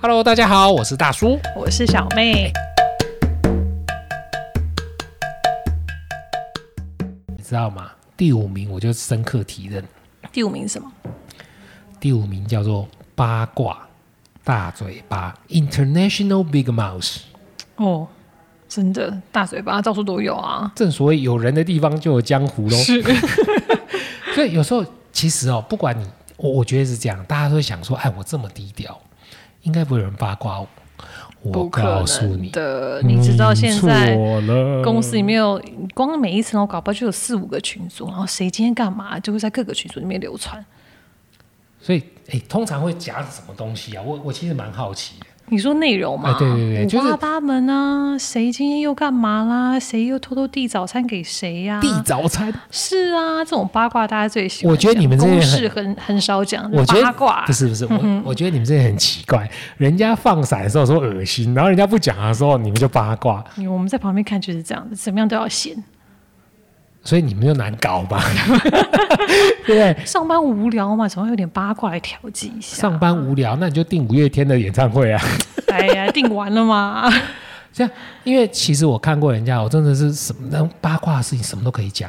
Hello，大家好，我是大叔。我是小妹。你知道吗？第五名我就深刻体认，第五名是什么？第五名叫做八卦大嘴巴 （International Big Mouth）。哦，真的大嘴巴到处都有啊。正所谓有人的地方就有江湖喽。是， 所以有时候其实哦，不管你，我我觉得是这样，大家都会想说，哎，我这么低调，应该不会有人八卦我。哦我不可告诉能你，嗯的。你知道现在错了公司里面有，光每一层哦楼搞不好就有四五个群组，然后谁今天干嘛，就会在各个群组里面流传。所以哎，通常会夹什么东西啊？我我其实蛮好奇的。你说内容嘛？哎对对对五就是花八门啊，谁今天又干嘛啦？谁又偷偷递早餐给谁呀、递早餐，是啊，这种八卦大家最喜欢讲。我觉得你们这些公很事很很少讲，我觉得八卦嗯不是不是，我我觉得你们这些很奇怪。人家放闪的时候说恶心，然后人家不讲的时候你们就八卦，因为我们在旁边看就是这样子，怎么样都要闲。所以你们就难搞 吧？啊对不对？上班无聊嘛，总要有点八卦来调剂一下。上班无聊，那你就订五月天的演唱会啊。哎呀，定完 了吗？这样，因为其实我看过人家，我真的是什么那种八卦的事情什么都可以讲，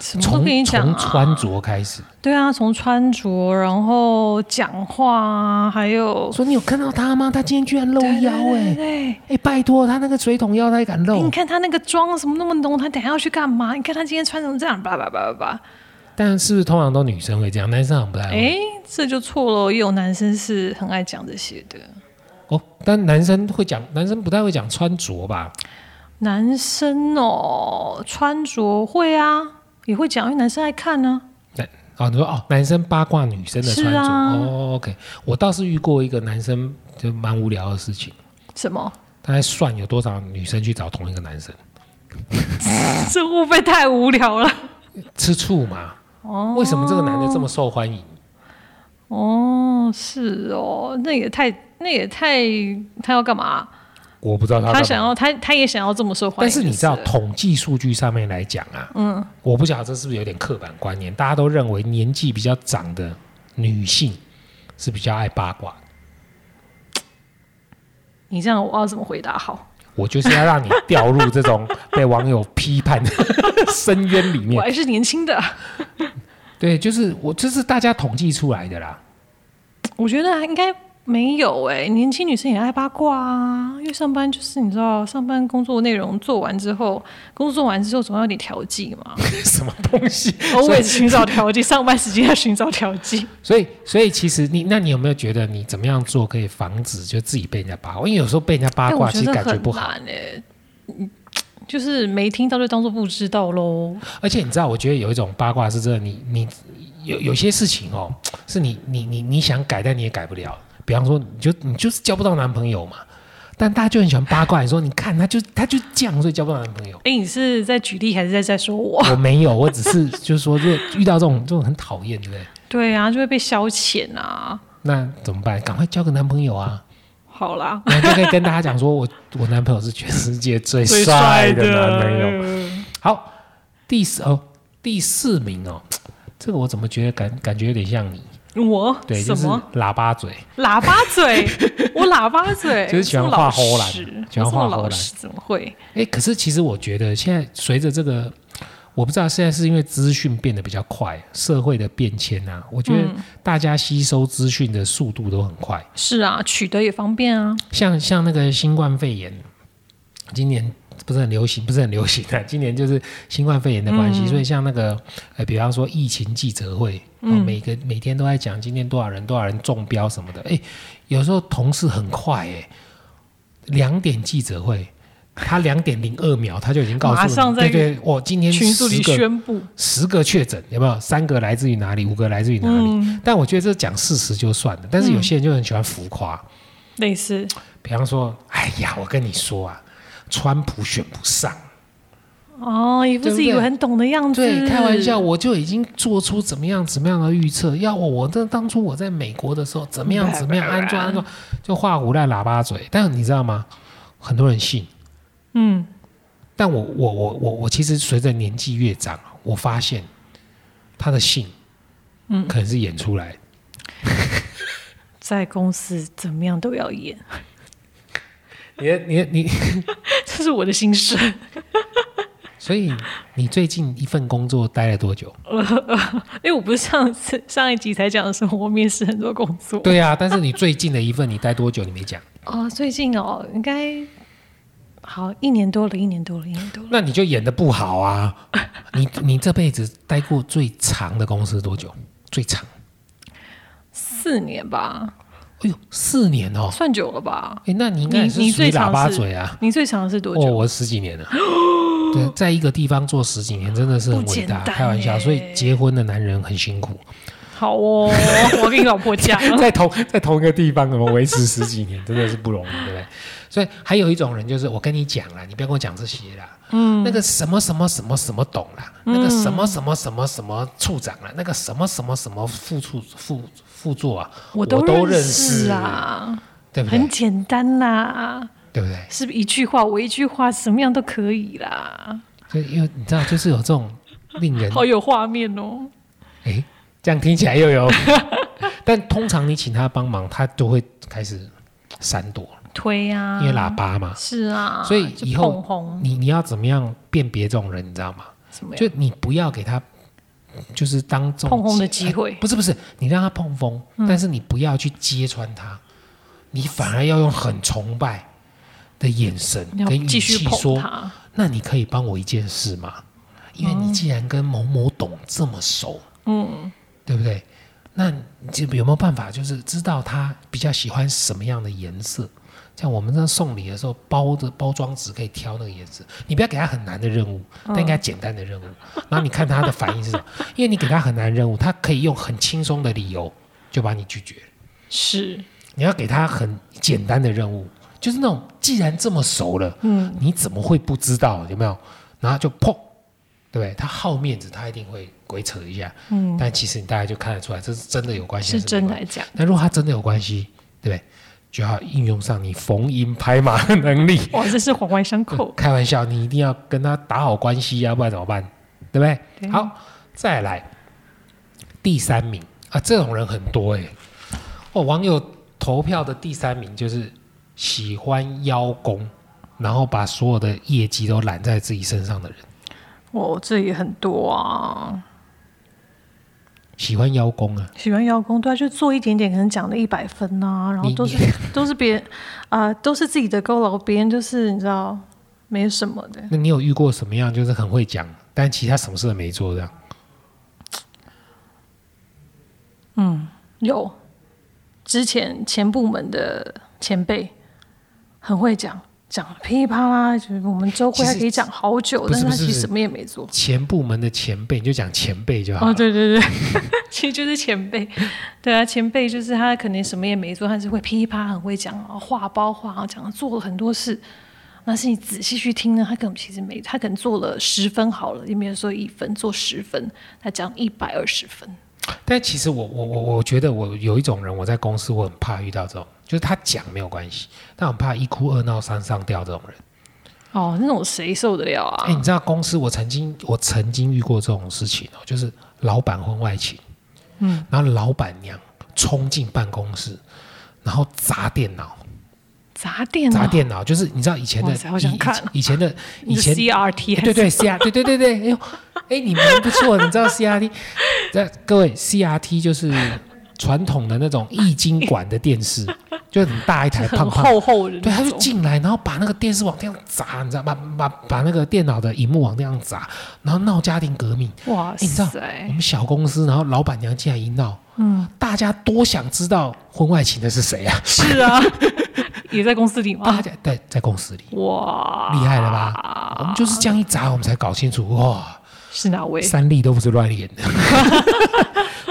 什么都从跟你讲、从啊、穿着开始。对啊，从穿着，然后讲话啊，还有说你有看到他吗？他今天居然露对腰对对哎对哎，拜托他那个水桶腰他也敢哎露你，看他那个妆什么那么浓，他等一下要去干嘛？你看他今天穿成这样，叭叭叭叭叭。但是不是通常都女生会这样，男生好像不太会哎，这就错了，也有男生是很爱讲这些的。哦。但男生会讲，男生不太会讲穿着吧？男生哦，穿着会啊，也会讲，因为男生爱看啊呢、男哦，你说哦，男生八卦女生的穿是着、啊哦，OK。我倒是遇过一个男生就蛮无聊的事情，什么？ 他在算有多少女生去找同一个男生这会不会太无聊了？吃醋嘛？哦为什么这个男的这么受欢迎？哦，是哦，那也太，那也太，他要干嘛？我不知道他干他嘛想，要，他他也想要这么受欢迎。但是你知道就了统计数据上面来讲啊，嗯，我不晓得这是不是有点刻板观念，大家都认为年纪比较长的女性是比较爱八卦的。你这样，我要怎么回答好？我就是要让你掉入这种被网友批判的深渊里我面。还是年轻的， 对，就是我，这是大家统计出来的啦。 我觉得应该没有哎、年轻女生也爱八卦啊，因为上班就是你知道，上班工作内容做完之后，工作完之后总要有点调剂嘛 什么东西？所以，always 寻找调剂，上班时间要寻找调剂。所以，所以其实你，那你有没有觉得你怎么样做可以防止就自己被人家八卦？因为有时候被人家八但我卦，其觉实得感觉很不好。难哎、嗯就是没听到就当做不知道喽。而且你知道，我觉得有一种八卦是真的，你你有有些事情哦，是你你你你想改，但你也改不了。比方说，你就你就是交不到男朋友嘛，但大家就很喜欢八卦，你说你看他就他就这样，所以交不到男朋友。哎、你是在举例还是在在说我？我没有，我只是就是说，如果遇到这种这种很讨厌，对不对？对啊，就会被消遣啊。那怎么办？赶快交个男朋友啊！好啦， 然后就可以跟大家讲说我我男朋友是全世界最最帅的的男朋友。好，第四哦，第四名哦，这个我怎么觉得感感觉有点像你？我对，就什是么喇叭嘴，喇叭 嘴？我喇叭嘴，就是喜欢我这画么老荷兰实喜欢我这么画荷老兰实怎么会？哎，可是其实我觉得现在随着这个，我不知道现在是因为资讯变得比较快，社会的变迁啊，我觉得嗯大家吸收资讯的速度都很快。是啊，取得也方便啊。像像那个新冠肺炎，今年不是很流行，不是很流行啊。今年就是新冠肺炎的关系，嗯所以像那个呃，比方说疫情记者会，哦、嗯每个每天都在讲今天多少人多少人中标什么的。哎，有时候同事很快哎、两点记者会。他两点零二秒，他就已经告诉马你，上在对对，我今天群组里10个宣布，十个确诊，有没有？三个来自于哪里？五个来自于哪里？嗯但我觉得这讲事实就算了，但是有些人就很喜欢浮夸，类似比方说，哎呀，我跟你说啊，川普选不上，哦，也不对不是以对为很懂的样子。对，开玩笑，。我就已经做出怎么样怎么样的预测。要我，我这当初我在美国的时候，怎么样怎么样，安装安装， 就画胡乱喇叭嘴。但你知道吗？很多人信，嗯，但我我我我我其实随着年纪越长，我发现他的信，嗯，可能是演出来的。在公司怎么样都要演，你的你的你，这是我的心声。 所以你最近一份工作待了多久？因为我不是上次上一集才讲的时候，我面试很多工作。对啊，但是你最近的一份你待多久？你没讲，哦，最近哦，应该好一年多了，一年多了，一年多了。那你就演的不好啊！你你这辈子待过最长的公司多久？最长？四年吧，哎呦，四年哦！算久了吧？哎，那你应该也你是你属最于长喇叭是嘴啊！你最长的是多哦，久？我十几年 了。对，在一个地方做十几年真的是很不伟简大，单开玩笑。欸所以结婚的男人很辛苦，好哦，我跟你老婆 讲， 在同在同一个地方怎么维持十几年，真的是不容易，对不对？所以还有一种人就是，我跟你讲啦，你不要跟我讲这些啦，嗯，那个什么什么什么什么懂啦，嗯那个什么什么什么什么处长啦，那个什么什么什么副处副副座啊，我都认识，啊，对不很对？简单啦，对不对？是不是一句话，我一句话，什么样都可以啦，所以因为你知道，就是有这种令人好有画面哦。哎，这样听起来又 有，但通常你请他帮忙，他就会开始闪躲，推啊，因为喇叭嘛。是啊，所以就以后捧红你你要怎么样辨别这种人，你知道吗？什么呀就你不要给他，就是当众碰红的机会嗯哎不是不是，你让他碰风，但是你不要去揭穿他，你反而要用很崇拜的眼神你要跟语继续气捧说：“他，那你可以帮我一件事吗？因为你既然跟某某董这么熟，嗯，对不对？那你就有没有办法，就是知道他比较喜欢什么样的颜色？像我们在送礼的时候，包的包装纸可以挑那个颜色。你不要给他很难的任务，但应该简单的任务。然后你看他的反应是什么？因为你给他很难的任务，他可以用很轻松的理由就把你拒绝。是你要给他很简单的任务，就是那种既然这么熟了，嗯，你怎么会不知道？有没有？然后就砰，对不对？他好面子，他一定会鬼扯一下，嗯，但其实你大概就看得出来，这是真的有关系，是真的。来讲，那如果他真的有关系，对不对？就要应用上你逢迎拍马的能力。哇，这是环环相扣。开玩笑，你一定要跟他打好关系啊，不然怎么办？对不对？对好，再来第三名啊，这种人很多哎、哦，网友投票的第三名就是喜欢邀功，然后把所有的业绩都揽在自己身上的人，我哦这也很多啊，喜欢邀功啊。喜欢邀功，对啊，就做一点点，可能讲了一百分呐、然后你都是都是别人啊、都是自己的功劳，别人就是你知道没什么的。那你有遇过什么样就是很会讲，但其他什么事都没做这样？有之前前部门的前辈很会讲，讲噼里啪啦，就是我们周会其他实可以讲好久，不但是是他不是其实不是什么也没做。前部门的前辈，你就讲前辈就好哦，了。对对对， 其实就是前辈，对啊，前辈就是他可能什么也没做，但是会噼里啪啦很会讲，话包话啊，讲做了很多事。那是你仔细去听呢，他可能其实没，他可能做了十分好了，也没有说一分做十分，他讲一百二十分，但其实我我我我觉得我有一种人，我在公司我很怕遇到这种，就是他讲没有关系，但我很怕一哭二闹三上吊这种人。哦，那种谁受得了啊哎、？你知道公司我曾经我曾经遇过这种事情哦，就是老板婚外情，嗯，然后老板娘冲进办公室，然后砸电脑，砸店砸啊！电脑，就是你知道以前的哇塞好想以看哦以以前的以 你前 CRT 还对是对 C R 对对对对，哎呦，哎你蛮不错，你知道 C R T，这各位 C R T 就是传统的那种易经馆的电视，就很大一台胖很胖，厚厚的对，他那就种，进来，然后把那个电视往地上砸，你知道吗？把把把那个电脑的荧幕往地上砸，然后闹家庭革命。哇你知道我 塞，们小公司，然后老板娘进来一闹，哎嗯，大家多想知道婚外情的是谁啊？是啊， 也在公司里吗大？家在在公司里，啊哇，厉害了吧？我们就是这样一砸，我们才搞清楚哇。是哪位？三立都不是乱演的。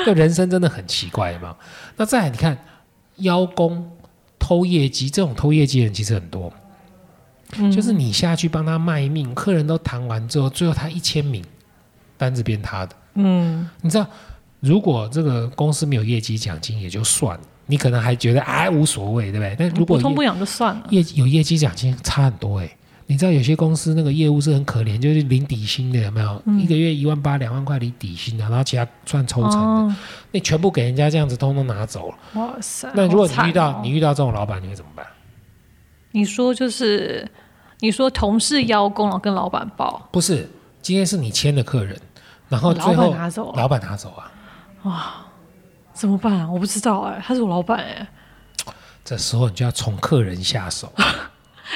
这人生真的很奇怪嘛。那再来，你看邀功、偷业绩这种偷业绩的人其实很多，就是你下去帮他卖命，客人都谈完之后，最后他一签名，单子变他的。嗯，你知道，如果这个公司没有业绩奖金也就算了，你可能还觉得哎无所谓，对不对？但如果不痛业不痒就算了。业有业绩奖金差很多哎、你知道有些公司那个业务是很可怜，就是领底薪的，有没有？嗯一个月一万八、两万块领底薪的，然后其他算抽成的，哦，你全部给人家这样子，通通拿走了。哇塞！那如果好你惨遇到、哦你遇到这种老板，你会怎么办？你说就是你说同事邀功，然后跟老板报，不是，今天是你签的客人，然后最哦老后板拿走了老板拿走啊，怎么办啊？我不知道哎、他是我老板哎、这时候你就要从客人下手。啊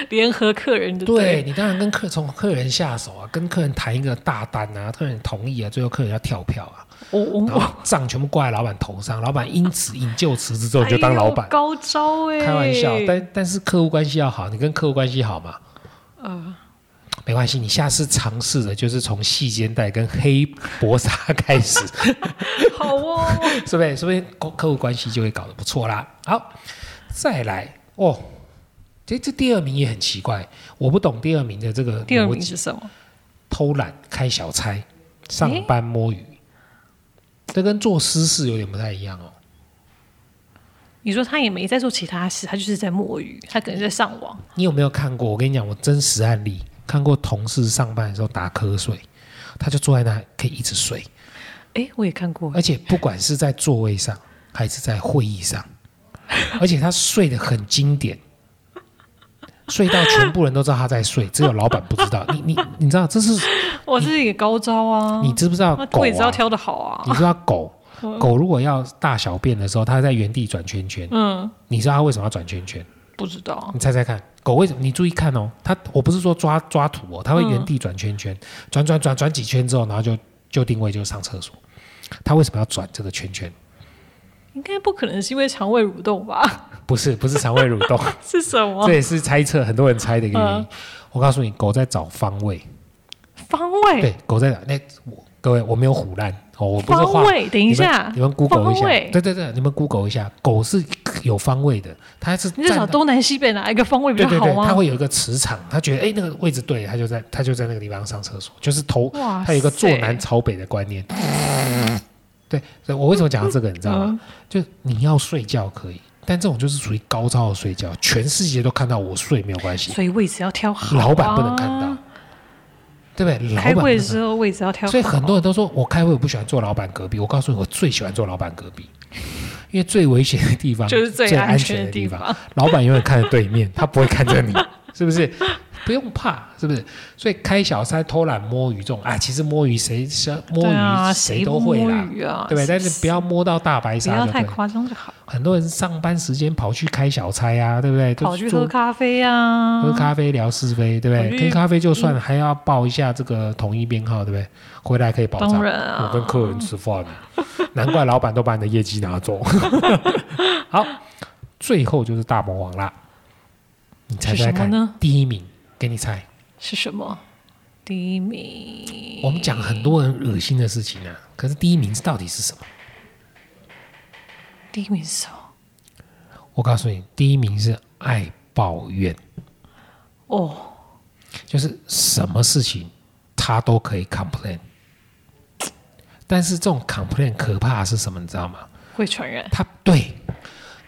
联合客人的对你当然跟客从客人下手啊，跟客人谈一个大单啊，客人同意啊，最后客人要跳票啊，我我然后账全部挂在老板头上，老板因此引咎辞职之后你就当老板哎呦，高招哎、开玩笑，但但是客户关系要好，你跟客户关系好嘛？呃，没关系，你下次尝试的就是从细肩带跟黑薄纱开 始，好哦，是不是？是不是客客户关系就会搞得不错啦？好，再来哦，这这第二名也很奇怪，我不懂第二名的这个第二逻名辑是什么？偷懒、开小差、上班摸鱼，这跟做私事有点不太一样哦。你说他也没在做其他事，他就是在摸鱼，他可能在上网。你有没有看过？我跟你讲，我真实案例看过，同事上班的时候打瞌睡，他就坐在那可以一直睡，哎，我也看过，而且不管是在座位上还是在会议上，而且他睡得很经典。睡到全部人都知道他在睡，只有老板不知道。你你你知道这是我这是一个高招啊！你知不知道那狗腿只要啊？挑的好啊，你知道狗狗如果要大小便的时候，它在原地转圈圈。嗯，你知道它为什么要转圈圈？不知道，你猜猜看，狗为什么？你注意看哦，它我不是说抓抓土哦，它嗯会原地转圈圈，转转转转几圈之后，然后就就定位就上厕所。它为什么要转这个圈圈？应该不可能是因为肠胃蠕动吧？ 不是不是肠胃蠕动，是什么这也是猜测，很多人猜的一个原因哦嗯。我告诉你，狗在找方位，方位？对，狗在找。那我各位，我没有唬烂哦，我不是方画。位？等你一们下你，们 Google 一下方位，对对对，你们 Google 一下，狗是有方位的，它是你就找站东南西北哪一个方位比对较对好啊对，它吗？会有一个磁场，它觉得哎那个位置对，它就在它就在那个地方上厕所，就是头，哇它有一个坐南塞朝北的观念。 对，所以我为什么讲到这个，你知道嗯吗？就你要睡觉可以，但这种就是属于高超的睡觉，全世界都看到我睡没有关系，所以位置要挑好啊，老板不能看到，对不对？老开板不会能的时候位置要挑好，所以很多人都说我开会我不喜欢坐老板隔壁，我告诉你，我最喜欢坐老板隔壁， 因为最危险的地方就是最最安安全全的的地地方 方，老板永远看着对面，他不会看着你，是不是？不用怕，是不是？所以开小差、偷懒、摸鱼这种啊，其实摸鱼谁谁摸对啊鱼谁谁不都会啦摸鱼啊，对不对？但是是不要摸到大白不鲨要就太对了。夸张就好，很多人上班时间跑去开小差啊，对不对？跑去就喝咖啡啊，喝咖啡聊是非，对不我觉对？得跟咖啡就算了，还要报一下这个统一编号，对不对？回来可以保障。当然啊我跟客人吃饭，难怪老板都把你的业绩拿走。 好，最后就是大魔王啦，你猜是猜什么看呢，第一名给你猜。是什么？第一名，我们讲很多人恶心的事情啊，可是第一名到底是什么？第一名是什么？我告诉你，第一名是爱抱怨，哦，就是什么事情他都可以 complain。但是这种 complain 可怕的是什么？你知道吗？会传染他对，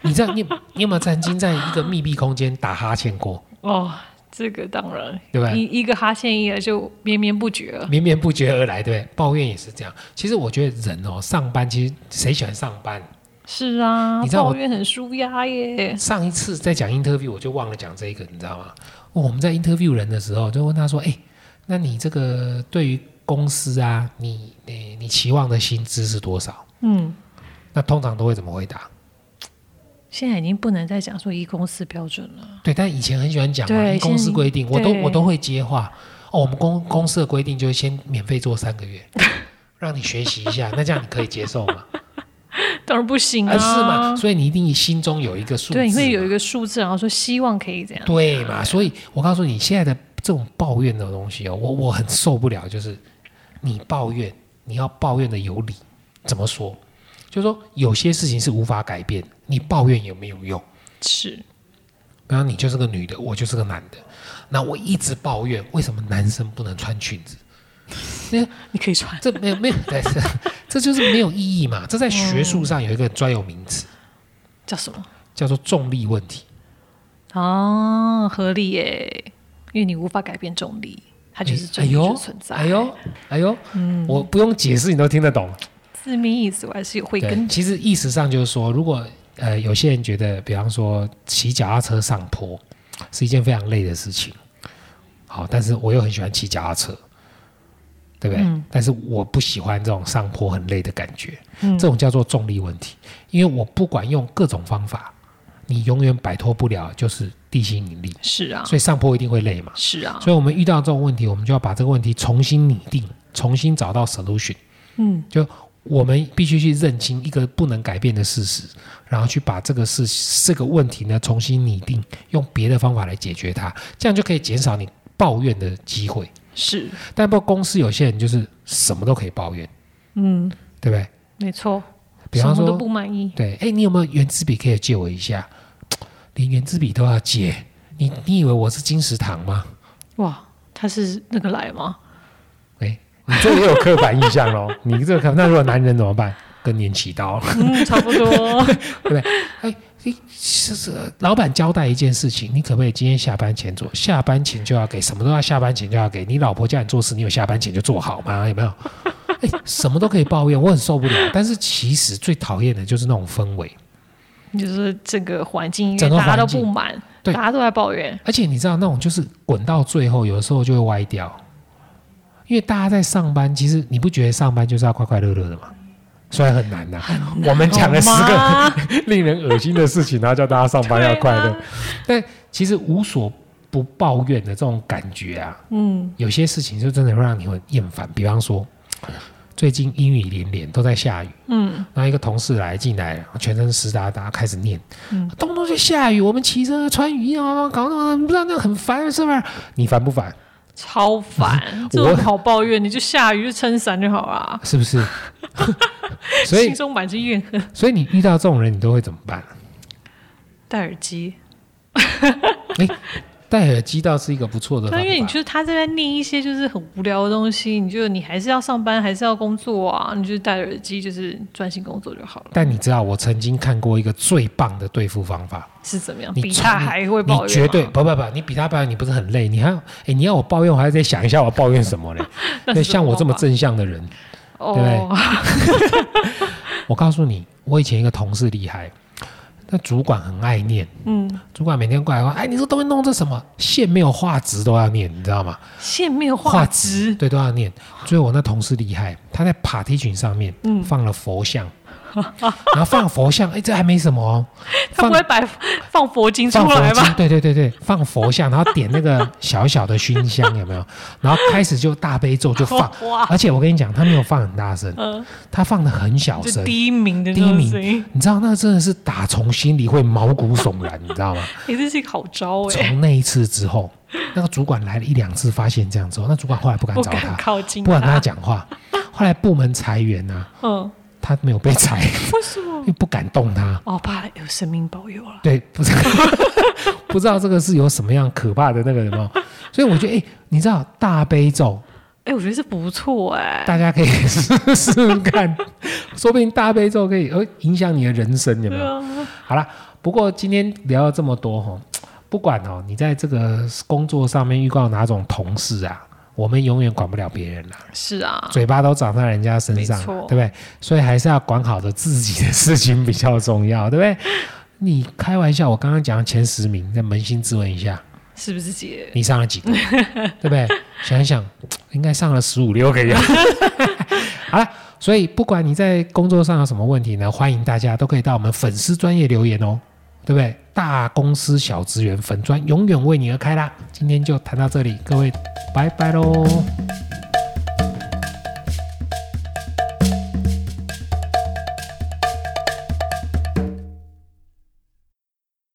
你知道你你有没有曾经在一个密闭空间打哈欠过？哦，这个当然，对不对一一个哈欠一来就绵绵不绝了，绵绵不绝而来，对不对？抱怨也是这样。其实我觉得人哦，上班其实谁喜欢上班？是啊，你知道我抱怨很舒压耶，上一次在讲 interview 我就忘了讲这一个，你知道吗？哦我们在 interview 人的时候就问他说：“哎，那你这个对于公司啊，你你你期望的薪资是多少嗯。？”那通常都会怎么回答？现在已经不能再讲说一公司标准了，对，但以前很喜欢讲嘛，对依公司现规定，我都对我都会接话。哦，我们公公司的规定就是先免费做三个 月，让你学习一下，那这样你可以接受吗？ 当然不行啊，啊，是嘛？所以你一定心中有一个数字嘛，对，你会有一个数字，然后说希望可以这样，对嘛？所以我告诉你，现在的这种抱怨的东西哦，我我很受不了，就是你抱怨，你要抱怨的有理，怎么说？就是说有些事情是无法改变，你抱怨有没有用？是比方你就是个女的，我就是个男的，那我一直抱怨为什么男生不能穿裙子，你可以传，这没有没有， 对是这就是没有意义嘛。这在学术上有一个专有名词，叫什么叫做重力问题。哦啊？合理耶，因为你无法改变重力，它啊就是哎重力呦的存，在。嗯哎呦，哎呦，我不用解释你都听得懂。字面意思我还是有会对，跟其实意识上就是说，如果呃有些人觉得，比方说骑脚踏车上坡是一件非常累的事情，好，但是我又很喜欢骑脚踏车，对不对？嗯但是我不喜欢这种上坡很累的感觉，嗯这种叫做重力问题，因为我不管用各种方法，你永远摆脱不了就是地心引力，是啊，所以上坡一定会累嘛。是啊，所以我们遇到这种问题，我们就要把这个问题重新拟定，重新找到 solution。嗯，就我们必须去认清一个不能改变的事实，然后去把这个事这个问题呢重新拟定，用别的方法来解决它，这样就可以减少你抱怨的机会。是但不过公司有些人就是什么都可以抱怨，嗯，对不对？没错，比方什么都说，不满意，对，哎，你有没有圆珠笔可以借我一下？连圆珠笔都要借，你你以为我是金石堂吗？哇，他是那个来吗？哎你这也有刻板印象喽。 你这个刻板，那如果男人怎么办？更年期到了，嗯，差不 多，是是，老板交代一件事情，你可不可以今天下班前做？下班前就要给，什么都要下班前就要给。你老婆叫你做事，你有下班前就做好吗？有没有？ 哎，什么都可以抱怨，我很受不了。但是其实最讨厌的就是那种氛围。就是这个环境，因整为个大家都环境不满，对大家都在抱怨，而且你知道，那种就是滚到最后，有的时候就会歪掉，因为大家在上班，其实你不觉得上班就是要快快乐乐的吗？虽然很难呐、我们 讲了十好个吗 令人恶心的事情，然后叫大家上班要快乐，对啊但其实无所不抱怨的这种感觉啊，嗯，有些事情就真的会让你很厌烦。比方说，最近阴雨连连，都在下雨。嗯，然后一个同事来进来，全身湿哒哒，开始念，嗯动不动就下雨，我们骑车穿雨衣啊，搞那不知道那很烦，是不是？你烦不烦？超 烦，这种好抱怨，你就下雨就撑伞就好啦。是不 是？所以心，中满是怨恨，所以你遇到这种人，你都会怎么办？戴耳 机，戴耳机倒是一个不错的方对，因为你法。就是他在那念一些就是很无聊的东西，你就你还是要上班，还是要工作啊，你就戴耳机，就是专心工作就好了。但你知道，我曾经看过一个最棒的对付方法，是怎么样？你比从他还会抱怨吗？啊你绝对不不不，你比他抱怨，你不是很累？你还要哎、你要我抱怨，我还得想一下我抱怨什么嘞？ 那对，是像我这么正向的人，哦，对不我告诉你，我以前一个同事厉害，那主管很爱念，嗯，主管每天过来说，哎，你这东西弄这什么线没有画质都要念，你知道吗？线没有画画质质，对，都要念。所以我那同事厉害，他在 party 群上面嗯放了佛像， 然后放佛像，哎，这还没什么哦，他放不会摆放佛经出放佛 来经，吧？对对对对，放佛像，然后点那个小小的熏香，有没 有？然后开始就大悲咒就放，哇，而且我跟你讲，他没有放很大声，嗯，他放的很小就声，低鸣的那低种鸣声音，你知道那真的是打从心里会毛骨悚然，你知 道吗？哎，这是一个好招哎，从那一次之后，那个主管来了一两次，发现这样之后，那主管后来不敢不找敢他，靠近不敢跟他讲话。后来部门裁员啊，嗯，他没有被裁，为什么？ 又不敢动他。哦，怕有神明保佑啊了，对，不知道 不知道这个是有什么样可怕的那个什么，所以我觉得，哎、你知道大悲咒，哎，我觉得这不错哎，大家可以 试试看，说不定大悲咒可以呃影响你的人生，有没对有？啊，好啦，不过今天聊了这么多哈，不管哦，你在这个工作上面遇到哪种同事啊，我们永远管不了别人啦，是啊，嘴巴都长在人家身上啊，没错对不对？所以还是要管好的自己的事情比较重要，对不 对？你开玩笑，我刚刚讲前十名，再扪心自问一下，是不是姐？你上了几个？对不对？想一想，应该上了十五六个呀。 好了，所以不管你在工作上有什么问题呢，欢迎大家都可以到我们粉丝专业留言哦，对不对？大公司小职员粉专永远为你而开啦！今天就谈到这里，各位拜拜喽。